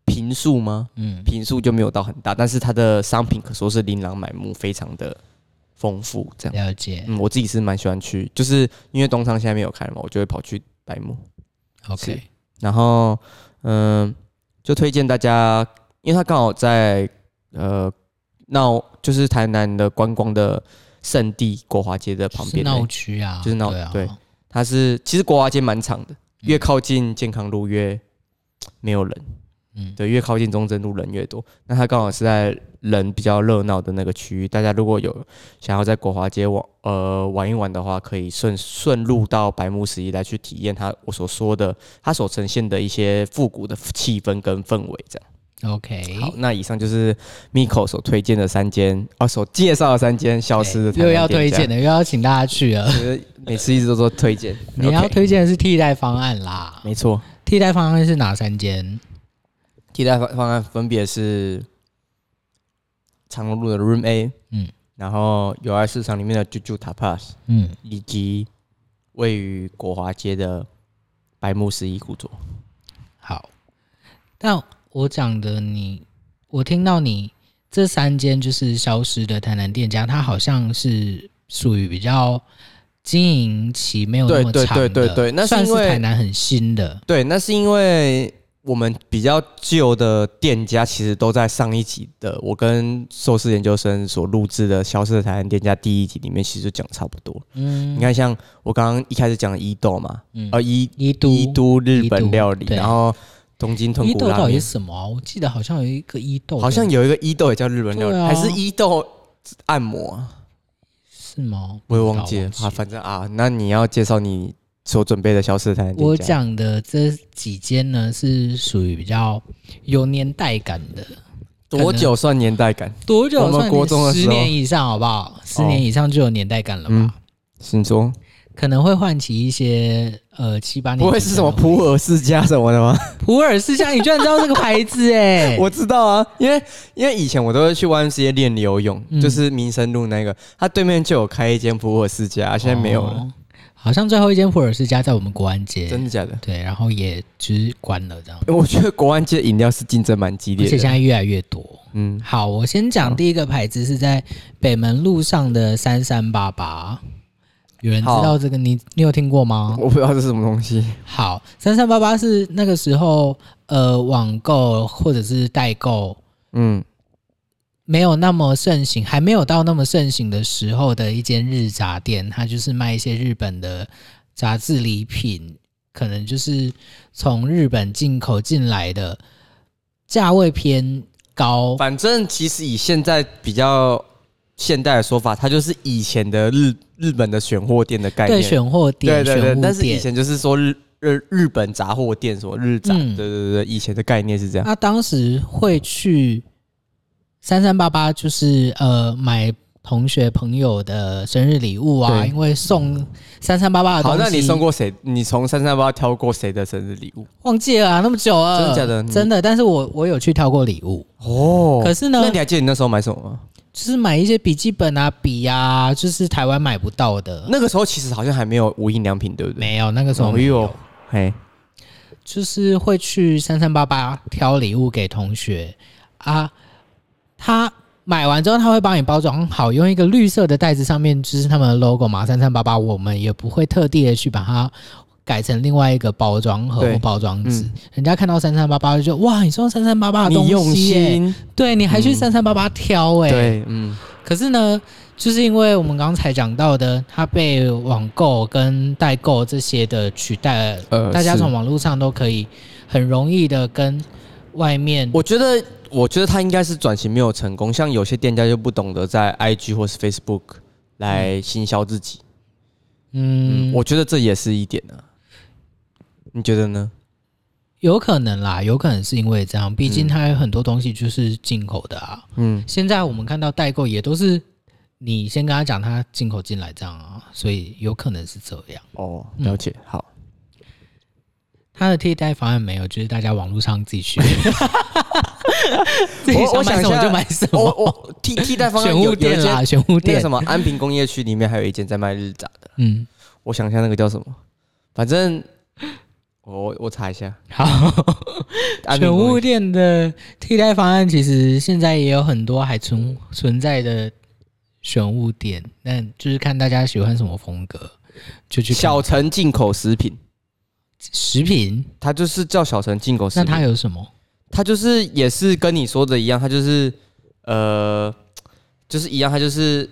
Speaker 1: 平数吗？
Speaker 2: 嗯，
Speaker 1: 平数就没有到很大，但是它的商品可说是琳琅满目，非常的丰富。这样，
Speaker 2: 了解。
Speaker 1: 嗯，我自己是蛮喜欢去，就是因为东昌现在没有开了嘛，我就会跑去白木。
Speaker 2: OK，
Speaker 1: 然后，嗯、就推荐大家，因为它刚好在呃闹，就是台南的观光的圣地国华街的旁
Speaker 2: 是
Speaker 1: 边那
Speaker 2: 闹
Speaker 1: 里，
Speaker 2: 区啊，
Speaker 1: 就是闹
Speaker 2: 对啊，
Speaker 1: 对它是其实国华街蛮长的，越靠近健康路越没有人。
Speaker 2: 嗯，
Speaker 1: 对，越靠近中正路人越多。那它刚好是在人比较热闹的那个区域，大家如果有想要在国华街玩呃玩一玩的话，可以顺顺路到白木十一来去体验它我所说的它所呈现的一些复古的气氛跟氛围这样。
Speaker 2: ，OK，
Speaker 1: 好，那以上就是 Miko 所推荐的三间啊，所介绍的三间消失的
Speaker 2: 对又要推荐
Speaker 1: 的，
Speaker 2: 的，又要请大家去了。
Speaker 1: 觉得每次一直都说推荐，
Speaker 2: 你要
Speaker 1: OK，嗯
Speaker 2: 推荐的是替代方案啦，
Speaker 1: 没错。
Speaker 2: 替代方案是哪三间？
Speaker 1: 替代方方案分别是长隆路的 Room A，
Speaker 2: 嗯
Speaker 1: 嗯，然后友爱市场里面的 Juju Tapas，
Speaker 2: 嗯，
Speaker 1: 以及位于国华街的白木十一古着。
Speaker 2: 好，但我讲的你，我听到你这三间就是消失的台南店家，它好像是属于比较经营期没有那么
Speaker 1: 对对
Speaker 2: 长的，
Speaker 1: 对对对那是
Speaker 2: 算是
Speaker 1: 因为
Speaker 2: 台南很新的，
Speaker 1: 对，那是因为我们比较旧的店家，其实都在上一集的我跟寿司研究生所录制的《消失的台湾店家》第一集里面，其实就讲差不多。
Speaker 2: 嗯
Speaker 1: 你，看，像我刚刚一开始讲的伊豆嘛，
Speaker 2: 嗯
Speaker 1: 呃，伊
Speaker 2: 伊
Speaker 1: 伊
Speaker 2: 都
Speaker 1: 都日
Speaker 2: 伊都
Speaker 1: 本料理，
Speaker 2: 对
Speaker 1: 然后东京豚
Speaker 2: 伊
Speaker 1: 骨
Speaker 2: 豆
Speaker 1: 拉
Speaker 2: 到底
Speaker 1: 面
Speaker 2: 是，什么啊？我记得好像有一个伊豆的，
Speaker 1: 好像有一个伊豆也叫日本料理，
Speaker 2: 对啊
Speaker 1: 还是伊豆按摩啊？
Speaker 2: 是吗？
Speaker 1: 我也
Speaker 2: 不
Speaker 1: 忘
Speaker 2: 知道
Speaker 1: 记了啊，
Speaker 2: 了
Speaker 1: 反正啊，那你要介绍你所准备的小吃摊店家，
Speaker 2: 我讲的这几间呢，是属于比较有年代感的。
Speaker 1: 多久算年代感？
Speaker 2: 多久
Speaker 1: 我们
Speaker 2: 算
Speaker 1: 国中的时
Speaker 2: 十
Speaker 1: 候
Speaker 2: 年以上，好不好？十年以上就有年代感了吧？
Speaker 1: 嗯请说，
Speaker 2: 可能会唤起一些呃七八年级
Speaker 1: 不
Speaker 2: 生的回忆。
Speaker 1: 会是什么普洱世家什么的 吗？
Speaker 2: 普洱世家？你居然知道这个牌子 哎、
Speaker 1: 我知道啊，因为因为以前我都会去 YMCA 练游泳，
Speaker 2: 嗯
Speaker 1: 就是民生路那个，它对面就有开一间普洱世家，现在没有了，
Speaker 2: 哦好像最后一间普洱世家在我们国安街，
Speaker 1: 真的假的？
Speaker 2: 对，然后也就是关了这样，
Speaker 1: 我觉得国安街饮料是竞争蛮激
Speaker 2: 而
Speaker 1: 烈
Speaker 2: 且现
Speaker 1: 的，
Speaker 2: 在越来越多。
Speaker 1: 嗯，
Speaker 2: 好，我先讲第一个牌子是在北门路上的三三八八，有人知
Speaker 1: 好
Speaker 2: 道这个？你你有听过吗？
Speaker 1: 我不知道这是什么东西，
Speaker 2: 好，三三八八是那个时候呃网购或者是代购
Speaker 1: 嗯，
Speaker 2: 没有那么盛行，还没有到那么盛行的时候的一间日杂店，它就是卖一些日本的杂志礼品，可能就是从日本进口进来的，价位偏高。
Speaker 1: 反正其实以现在比较现代的说法，它就是以前的日日本的选货店的概
Speaker 2: 对
Speaker 1: 念，
Speaker 2: 选货
Speaker 1: 对
Speaker 2: 店、
Speaker 1: 对
Speaker 2: 选
Speaker 1: 对，
Speaker 2: 物
Speaker 1: 但是以
Speaker 2: 店，
Speaker 1: 前就是说日日日本杂货店什么日杂，
Speaker 2: 嗯
Speaker 1: 对对对，以前的概念是这样。
Speaker 2: 那当时会去三三八八，就是呃买同学朋友的生日礼物啊，
Speaker 1: 对
Speaker 2: 因为送三三八八的东
Speaker 1: 好，
Speaker 2: 西。
Speaker 1: 那你送过谁？你从三三八挑过谁的生日礼物？
Speaker 2: 忘记了、啊、那么久了，
Speaker 1: 真的假的你
Speaker 2: 真的，但是我我有去挑过礼物，
Speaker 1: 哦
Speaker 2: 可是呢
Speaker 1: 那，你还记得你那时候买什么吗？
Speaker 2: 就是买一些笔记本啊、笔啊，就是台湾买不到的。
Speaker 1: 那个时候其实好像还没有无印良品，对不对？
Speaker 2: 没有那个时候
Speaker 1: 没
Speaker 2: 没有，
Speaker 1: 有，嘿，
Speaker 2: 就是会去三三八八挑礼物给同学啊。他买完之后，他会帮你包装好，用一个绿色的袋子，上面就是他们的 logo 嘛，三三八八。我们也不会特地的去把它改成另外一个包装盒
Speaker 1: 对
Speaker 2: 或包装纸。
Speaker 1: 嗯
Speaker 2: 人家看到三三八八就觉得哇，你送三三八八的东
Speaker 1: 你
Speaker 2: 西、耶
Speaker 1: 用心，
Speaker 2: 对，你还去
Speaker 1: 嗯
Speaker 2: 三三八八挑哎、
Speaker 1: 对，嗯，
Speaker 2: 可是呢，就是因为我们刚才讲到的，它被网购跟代购这些的取代了，
Speaker 1: 呃
Speaker 2: 大家
Speaker 1: 是
Speaker 2: 从网络上都可以很容易的跟外面
Speaker 1: 我觉得，我觉得他应该是转型没有成功，像有些店家就不懂得在 IG 或是 Facebook 来行销自己，
Speaker 2: 嗯，
Speaker 1: 嗯，我觉得这也是一点啊，你觉得呢？
Speaker 2: 有可能啦，有可能是因为这样，毕竟它有很多东西就是进口的啊。
Speaker 1: 嗯，
Speaker 2: 现在我们看到代购也都是你先跟他讲他进口进来这样啊，所以有可能是这样。
Speaker 1: 哦，
Speaker 2: 嗯
Speaker 1: 了解，好，
Speaker 2: 它的替代方案没有，就是大家网络上自己学，自 己
Speaker 1: 我我
Speaker 2: 买
Speaker 1: 想一
Speaker 2: 什么
Speaker 1: 下
Speaker 2: 就买什么。
Speaker 1: 我我哦替替代方案有
Speaker 2: 玄武
Speaker 1: 有一
Speaker 2: 店啊
Speaker 1: 间
Speaker 2: 啦，玄武
Speaker 1: 那个
Speaker 2: 店
Speaker 1: 什么安平工业区里面还有一间在卖日杂的，
Speaker 2: 嗯，
Speaker 1: 我想一下那个叫什么，反正我我查一下，
Speaker 2: 好，
Speaker 1: 安平
Speaker 2: 玄
Speaker 1: 工
Speaker 2: 武
Speaker 1: 业区
Speaker 2: 店的替代方案其实现在也有很多还存存在的玄武店，那就是看大家喜欢什么风格，就去看
Speaker 1: 小城进口食品，
Speaker 2: 食品。
Speaker 1: 它就是叫小城进口食
Speaker 2: 那
Speaker 1: 品，
Speaker 2: 它有什么？
Speaker 1: 它就是也是跟你说的一样，它就是呃，就是一样，它就是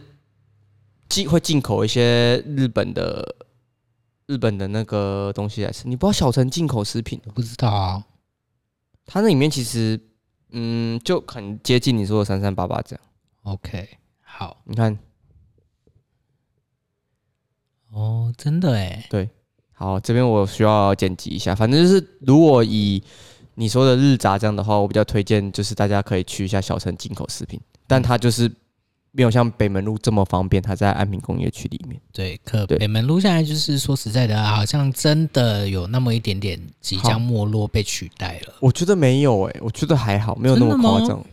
Speaker 1: 进会进口一些日本的日本的那个东西来吃。你不知道小城进口食品哦，
Speaker 2: 不知道啊。
Speaker 1: 它那里面其实嗯就很接近你说的三三八八这样。
Speaker 2: OK，好
Speaker 1: 你看，
Speaker 2: 哦，真的哎，
Speaker 1: 好，这边我需要剪辑一下，反正就是如果以你说的日杂这样的话，我比较推荐就是大家可以去一下小城进口食品，但它就是没有像北门路这么方便，它在安平工业区里面。
Speaker 2: 对，可
Speaker 1: 对
Speaker 2: 北门路现在就是说实在的啊，好像真的有那么一点点即
Speaker 1: 好
Speaker 2: 将没落被取代了。
Speaker 1: 我觉得没有欸诶、我觉得还好，没有那么夸
Speaker 2: 真的
Speaker 1: 张，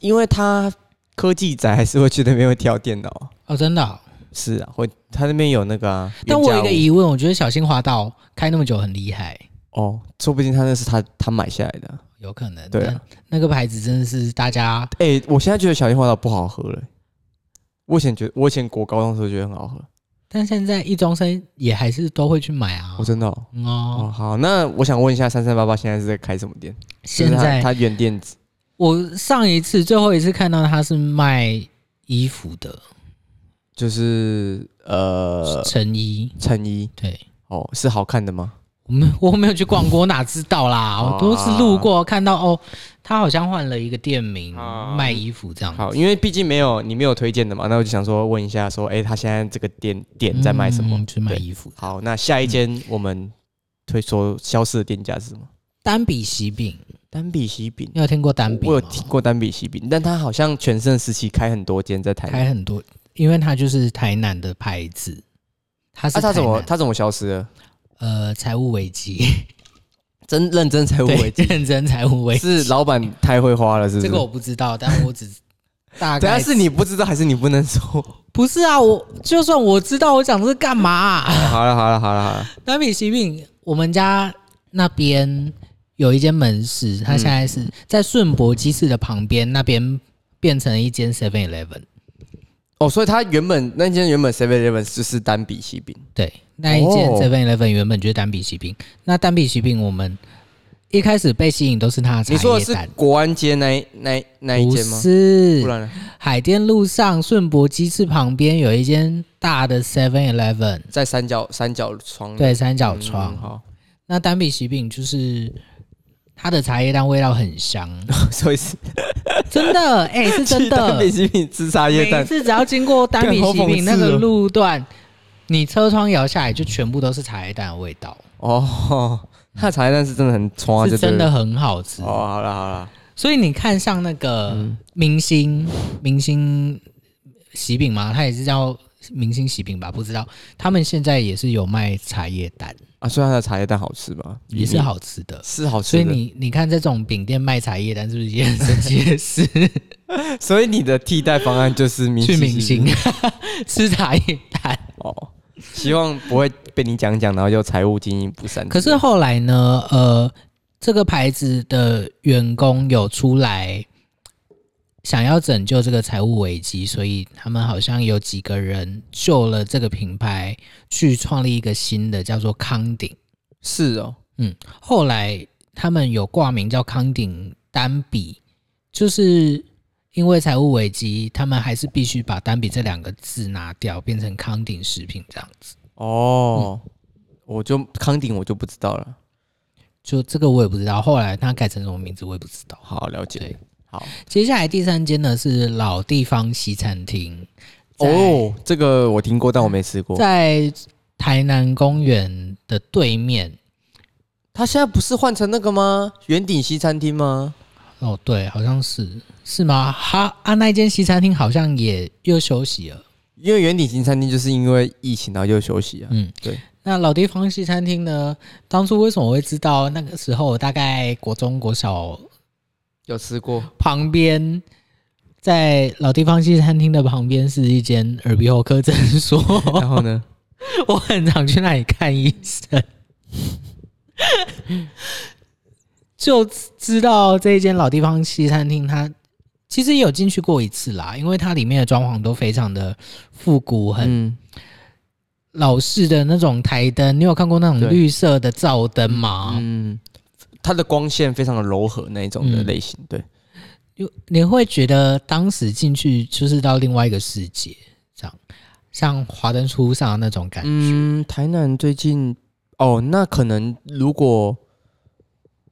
Speaker 1: 因为他科技仔还是会去那边会挑电脑啊，
Speaker 2: 哦，真的啊、
Speaker 1: 是啊，会他那边有那个、啊。
Speaker 2: 但我有一个
Speaker 1: 原价
Speaker 2: 疑问，我觉得小心滑道开那么久很厉害，
Speaker 1: 屋哦，说不定他那是他他买下来的啊。
Speaker 2: 有可能。
Speaker 1: 对啊
Speaker 2: 但那个牌子真的是大家
Speaker 1: 诶、欸我现在觉得小樱花岛不好喝了、我以前觉得，我以前国高中的时候觉得很好喝，
Speaker 2: 哦但现在一中生也还是都会去买啊
Speaker 1: 我、。真的哦,、
Speaker 2: 嗯哦，
Speaker 1: 哦。好，那我想问一下，三三八八现在是在开什么店？
Speaker 2: 现
Speaker 1: 就是
Speaker 2: 在
Speaker 1: 他他原店址
Speaker 2: 我上一次最后一次看到他是卖衣服的
Speaker 1: 就是呃呃
Speaker 2: 成衣，
Speaker 1: 衬衣
Speaker 2: 对
Speaker 1: 哦，是好看的吗？
Speaker 2: 我们我没有 去逛过，我哪知道啦？
Speaker 1: 啊
Speaker 2: 我都是路过看到哦，他好像换了一个店名
Speaker 1: 啊
Speaker 2: 卖衣服这样子。
Speaker 1: 好，因为毕竟没有你没有推荐的嘛，那我就想说问一下说、哎，他现在这个店点在卖什么？
Speaker 2: 嗯去卖
Speaker 1: 对
Speaker 2: 衣服。
Speaker 1: 好，那下一间我们推说消失的店家是什么？
Speaker 2: 单笔喜饼，
Speaker 1: 丹比喜饼。
Speaker 2: 你有听过单笔
Speaker 1: 我有
Speaker 2: 吗
Speaker 1: 听过丹比喜饼，但它好像全盛时期开很多间在台南。
Speaker 2: 开很多，因为它就是台南的牌子。它是
Speaker 1: 啊，他怎么
Speaker 2: 台南
Speaker 1: 他怎么消失了？
Speaker 2: 呃财务 危机？
Speaker 1: 真认真才无
Speaker 2: 对
Speaker 1: 为，机，
Speaker 2: 认真财务危机。
Speaker 1: 是老板太会花了，是不是？
Speaker 2: 这个我不知道，但我只大
Speaker 1: 等下
Speaker 2: 概
Speaker 1: 是你不知道还是你不能 说？
Speaker 2: 不是啊？我就算我知道，我讲这干嘛啊、
Speaker 1: 好了好了好了好了，
Speaker 2: 单笔喜饼，我们家那边有一间门市，它现在
Speaker 1: 嗯
Speaker 2: 是在顺博鸡翅的旁边，那边变成一间 Seven Eleven。
Speaker 1: 哦，所以他原本那间原本 Seven Eleven 就是单笔喜饼，
Speaker 2: 对，那一件
Speaker 1: 哦
Speaker 2: Seven Eleven 原本就是单笔喜饼，那单笔喜饼我们一开始被吸引都是它的茶
Speaker 1: 你说的
Speaker 2: 叶
Speaker 1: 是
Speaker 2: 蛋，
Speaker 1: 国安街那一那一那一
Speaker 2: 不
Speaker 1: 间吗？不
Speaker 2: 是
Speaker 1: 然呢
Speaker 2: 海淀路上顺博鸡翅旁边有一间大的 Seven Eleven，
Speaker 1: 在三角三角窗
Speaker 2: 对，三角
Speaker 1: 嗯
Speaker 2: 窗。
Speaker 1: 好，
Speaker 2: 那单笔喜饼就是它的茶叶蛋味道很香，
Speaker 1: 所以 是
Speaker 2: 真的，哎、是真
Speaker 1: 去单
Speaker 2: 的
Speaker 1: 笔。喜饼吃茶叶
Speaker 2: 每
Speaker 1: 蛋，
Speaker 2: 次只要经过单笔喜饼那
Speaker 1: 干好讽刺
Speaker 2: 个
Speaker 1: 哦
Speaker 2: 路段，你车窗摇下来就全部都是茶叶蛋的味道，
Speaker 1: 哦，他茶叶蛋是真的很冲啊，
Speaker 2: 是
Speaker 1: 就对
Speaker 2: 真
Speaker 1: 了
Speaker 2: 的很好吃。
Speaker 1: 哦，嗯好了好了，
Speaker 2: 所以你看，像那个明星、明星喜饼嘛，它也是叫明星喜饼吧？不知道，他们现在也是有卖茶叶蛋，
Speaker 1: 啊，虽然它的茶叶蛋好吃吧，
Speaker 2: 也是好吃的。
Speaker 1: 嗯是好吃
Speaker 2: 所
Speaker 1: 的，
Speaker 2: 以你你看这种饼店卖茶叶蛋是不是也很神奇的事？
Speaker 1: 所以你的替代方案就是 明
Speaker 2: 去
Speaker 1: 星
Speaker 2: 明星 吃茶叶蛋。
Speaker 1: 哦，希望不会被你讲讲，然后就财务经营不善。
Speaker 2: 可是后来呢，呃，这个牌子的员工有出来想要拯救这个财务危机，所以他们好像有几个人救了这个品牌，去创立一个新的叫做康鼎。
Speaker 1: 是哦，
Speaker 2: 后来他们有挂名叫康鼎单笔，就是因为财务危机，他们还是必须把单笔这两个字拿掉，变成康鼎食品这样子。嗯
Speaker 1: 哦，我就康鼎我就不知道了。
Speaker 2: 就这个我也不知道，后来他改成什么名字我也不知道。
Speaker 1: 好，了解
Speaker 2: 对。
Speaker 1: 好
Speaker 2: 接下来第三间呢是老地方西餐厅，在，
Speaker 1: 哦，这个我听过，但我没吃过。
Speaker 2: 在台南公园的对面。
Speaker 1: 他现在不是换成那个吗？圆顶西餐厅吗？
Speaker 2: 哦，对，好像是是吗？哈啊，那一间西餐厅好像也又休息了。
Speaker 1: 因为圆顶西餐厅就是因为疫情，然后就休息啊。
Speaker 2: 嗯，
Speaker 1: 对。
Speaker 2: 那老地方西餐厅呢？当初为什么我会知道？那个时候大概国中、国小
Speaker 1: 有吃过
Speaker 2: 旁边，在老地方西餐厅的旁边是一间耳鼻喉科诊所。
Speaker 1: 然后呢？
Speaker 2: 我很常去那里看医生，就知道这一间老地方西餐厅，它其实也有进去过一次啦，因为它里面的装潢都非常的复古，很
Speaker 1: 嗯，
Speaker 2: 老式的那种台灯。你有看过那
Speaker 1: 对
Speaker 2: 种绿色的照灯吗？
Speaker 1: 嗯，它的光线非常的柔和那一种的
Speaker 2: 嗯
Speaker 1: 类型，对。
Speaker 2: 就你会觉得当时进去就是到另外一个世界，这样像华灯初上的那种感觉。
Speaker 1: 嗯，台南最近哦，那可能如果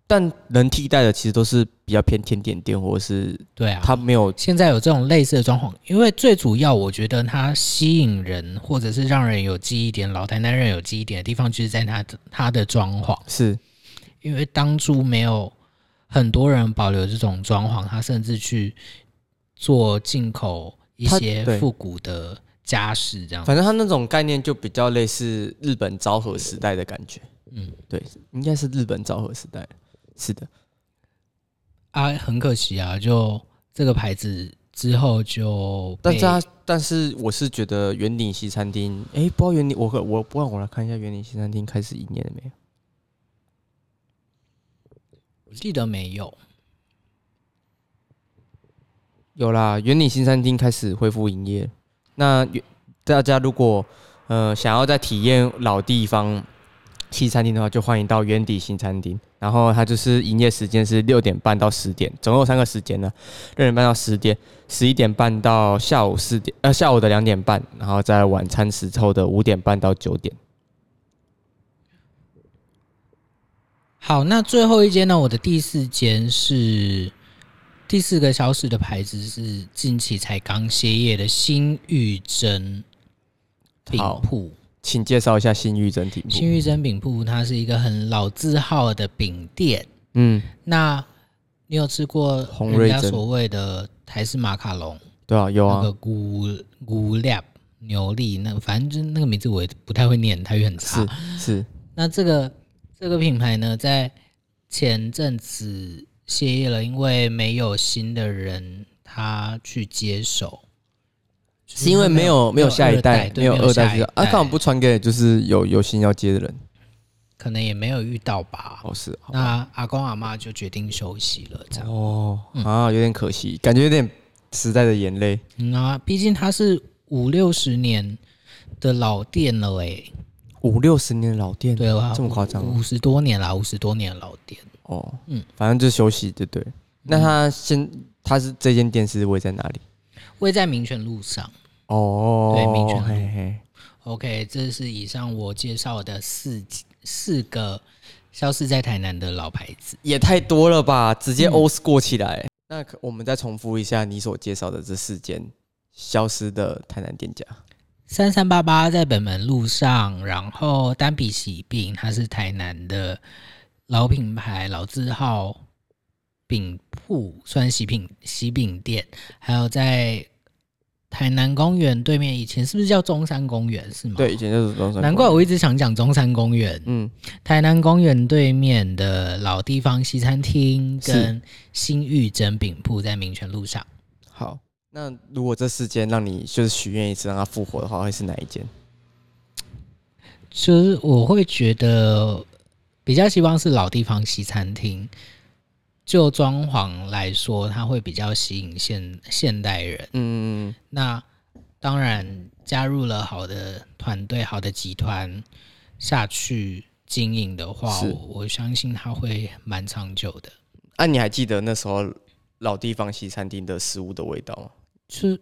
Speaker 1: 但能替代的，其实都是比较偏甜点店，或是
Speaker 2: 对啊，
Speaker 1: 它没有
Speaker 2: 现在有这种类似的装潢，因为最主要我觉得它吸引人或者是让人有记忆点，老台南人有记忆点的地方，就是在它的它的装潢，
Speaker 1: 是
Speaker 2: 因为当初没有很多人保留这种装潢，他甚至去做进口一
Speaker 1: 它
Speaker 2: 些
Speaker 1: 对
Speaker 2: 复古的家饰这样。
Speaker 1: 反正它那种概念就比较类似日本昭和时代的感觉。嗯
Speaker 2: 嗯，
Speaker 1: 对，应该是日本昭和时代。是的，
Speaker 2: 啊，很可惜啊，就这个牌子之后就
Speaker 1: 但
Speaker 2: 被
Speaker 1: 是它，但是我是觉得圆顶西餐厅，哎、不知道圆顶，我可我不然我来看一下圆顶西餐厅开始营业了没有？
Speaker 2: 我记得没有，
Speaker 1: 有啦，圆岭新餐厅开始恢复营业。那原大家如果呃想要再体验老地方西餐厅的话，就欢迎到圆底新餐厅。然后它就是营业时间是六点半到十点，总共有三个时间呢，六点半到十点，十一点半到下午四点，呃下午的两点半，然后在晚餐时候的五点半到九点。
Speaker 2: 好，那最后一间呢？我的第四间是第四个消失的牌子是近期才刚歇业的新玉珍饼
Speaker 1: 好
Speaker 2: 铺。
Speaker 1: 请介绍一下新玉整体部。
Speaker 2: 新玉珍饼铺它是一个很老字号的饼店。
Speaker 1: 嗯，
Speaker 2: 那你有吃过
Speaker 1: 红
Speaker 2: 人
Speaker 1: 瑞
Speaker 2: 家
Speaker 1: 珍
Speaker 2: 所谓的台式马卡龙？
Speaker 1: 对啊，有
Speaker 2: 那
Speaker 1: 啊
Speaker 2: 个，古古料牛力，那反正就是那个名字我也不太会念，台语很差
Speaker 1: 是。是，
Speaker 2: 那这个这个品牌呢，在前阵子歇业了，因为没有新的人他去接手，就是
Speaker 1: 因为没有嗯没有下一代，
Speaker 2: 对
Speaker 1: 没有二代
Speaker 2: 下
Speaker 1: 知
Speaker 2: 一
Speaker 1: 道啊，刚好不传给就是有有心要接的人。
Speaker 2: 可能也没有遇到吧。
Speaker 1: 哦，是，好
Speaker 2: 那阿公阿妈就决定休息了，这样。
Speaker 1: 哦啊，有点可惜，感觉有点时代的眼泪。
Speaker 2: 嗯啊，毕竟它是五六十年的老店了诶、
Speaker 1: 五六十年的老店，
Speaker 2: 对吧？
Speaker 1: 嗯这么夸张啊
Speaker 2: 五十多年啦，五十多年的老店。
Speaker 1: 哦，
Speaker 2: 嗯
Speaker 1: 嗯，反正就休息，对对。那他现他是这间店是位在哪里？
Speaker 2: 位在民权路上。
Speaker 1: 哦，
Speaker 2: 对民权路
Speaker 1: 嘿嘿，
Speaker 2: OK，这是以上我介绍的四四个消失在台南的老牌子。
Speaker 1: 也太多了吧，直接 O 过起来。那可我们再重复一下你所介绍的这四间消失的台南店家。
Speaker 2: 三三八八在本门路上，然后单笔喜饼，它是台南的老品牌、老字号饼铺，算喜饼喜饼店。还有在台南公园对面，以前是不是叫中山公园？是吗？
Speaker 1: 对，以，前就是中山公园。
Speaker 2: 难怪我一直想讲中山公园。
Speaker 1: 嗯，
Speaker 2: 台南公园对面的老地方西餐厅跟新玉珍饼铺在民权路上。
Speaker 1: 好。那如果这四间让你就是许愿一次让它复活的话，会是哪一间？
Speaker 2: 就是我会觉得比较希望是老地方西餐厅，就装潢来说，它会比较吸引现现代人。
Speaker 1: 嗯，
Speaker 2: 那当然加入了好的团队、好的集团下去经营的话，
Speaker 1: 是
Speaker 2: 我我相信它会蛮长久的。
Speaker 1: 啊，你还记得那时候老地方西餐厅的食物的味道吗？
Speaker 2: 就是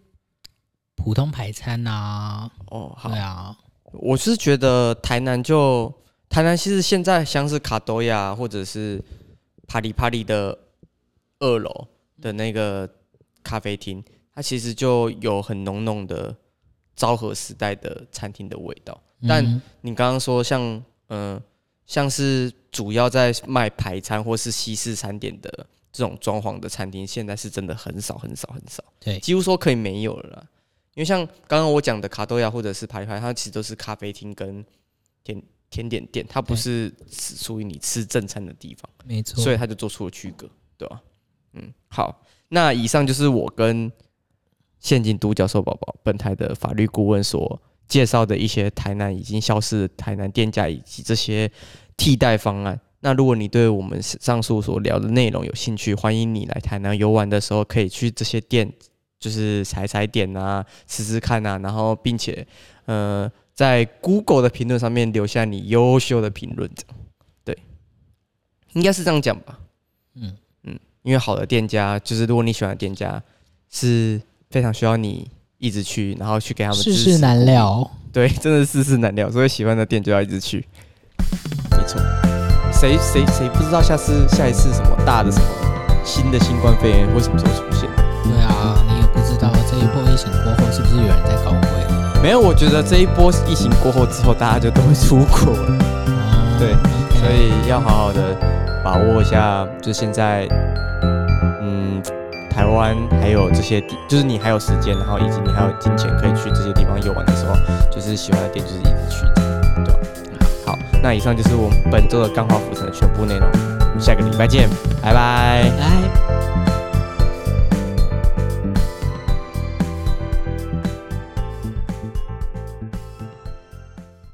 Speaker 2: 普通排餐啊，
Speaker 1: 哦，好
Speaker 2: 对，啊，
Speaker 1: 我是觉得台南就台南，其实现在像是卡多亚或者是帕里帕里的二楼的那个咖啡厅，它其实就有很浓浓的昭和时代的餐厅的味道。但
Speaker 2: 嗯
Speaker 1: 你刚刚说像嗯、呃像是主要在卖排餐或是西式餐点的这种装潢的餐厅，现在是真的很少很少很少，
Speaker 2: 对
Speaker 1: 几乎说可以没有了啦。因为像刚刚我讲的卡多亚或者是排排，它其实都是咖啡厅跟甜甜点店，它不
Speaker 2: 对
Speaker 1: 是只属于你吃正餐的地方，
Speaker 2: 没错，
Speaker 1: 所以它就做出了区隔，对吧、嗯，好，那以上就是我跟现金独角兽宝宝本台的法律顾问所介绍的一些台南已经消失的台南店家以及这些替代方案。那如果你对我们上述所聊的内容有兴趣，欢迎你来台南游玩的时候，可以去这些店，就是踩踩点啊，吃吃看啊，然后并且呃，在 Google 的评论上面留下你优秀的评论，这样对，应该是这样讲吧。
Speaker 2: 嗯
Speaker 1: 嗯，因为好的店家，就是如果你喜欢的店家，是非常需要你一直去，然后去给他们
Speaker 2: 世
Speaker 1: 支
Speaker 2: 事
Speaker 1: 持
Speaker 2: 难
Speaker 1: 鼓励
Speaker 2: 料。
Speaker 1: 对，真的世事难料，所以喜欢的店就要一直去。没错，谁谁谁不知道下次下一次什么大的什么新的新冠肺炎会什么时候出现？
Speaker 2: 对啊，你也不知道这一波疫情过后是不是有人在搞鬼了。
Speaker 1: 没有，我觉得这一波疫情过后之后，大家就都会出国了，
Speaker 2: 哦
Speaker 1: 对，
Speaker 2: OK
Speaker 1: 所以要好好的把握一下，就现在，嗯，台湾还有这些地，就是你还有时间，然后以及你还有金钱可以去这些地方游玩的时候，就是喜欢的店就是一直去，对吧？好，那以上就是我们本周的钢化浮城的全部内容，我们下个礼拜见，拜拜。
Speaker 2: 拜。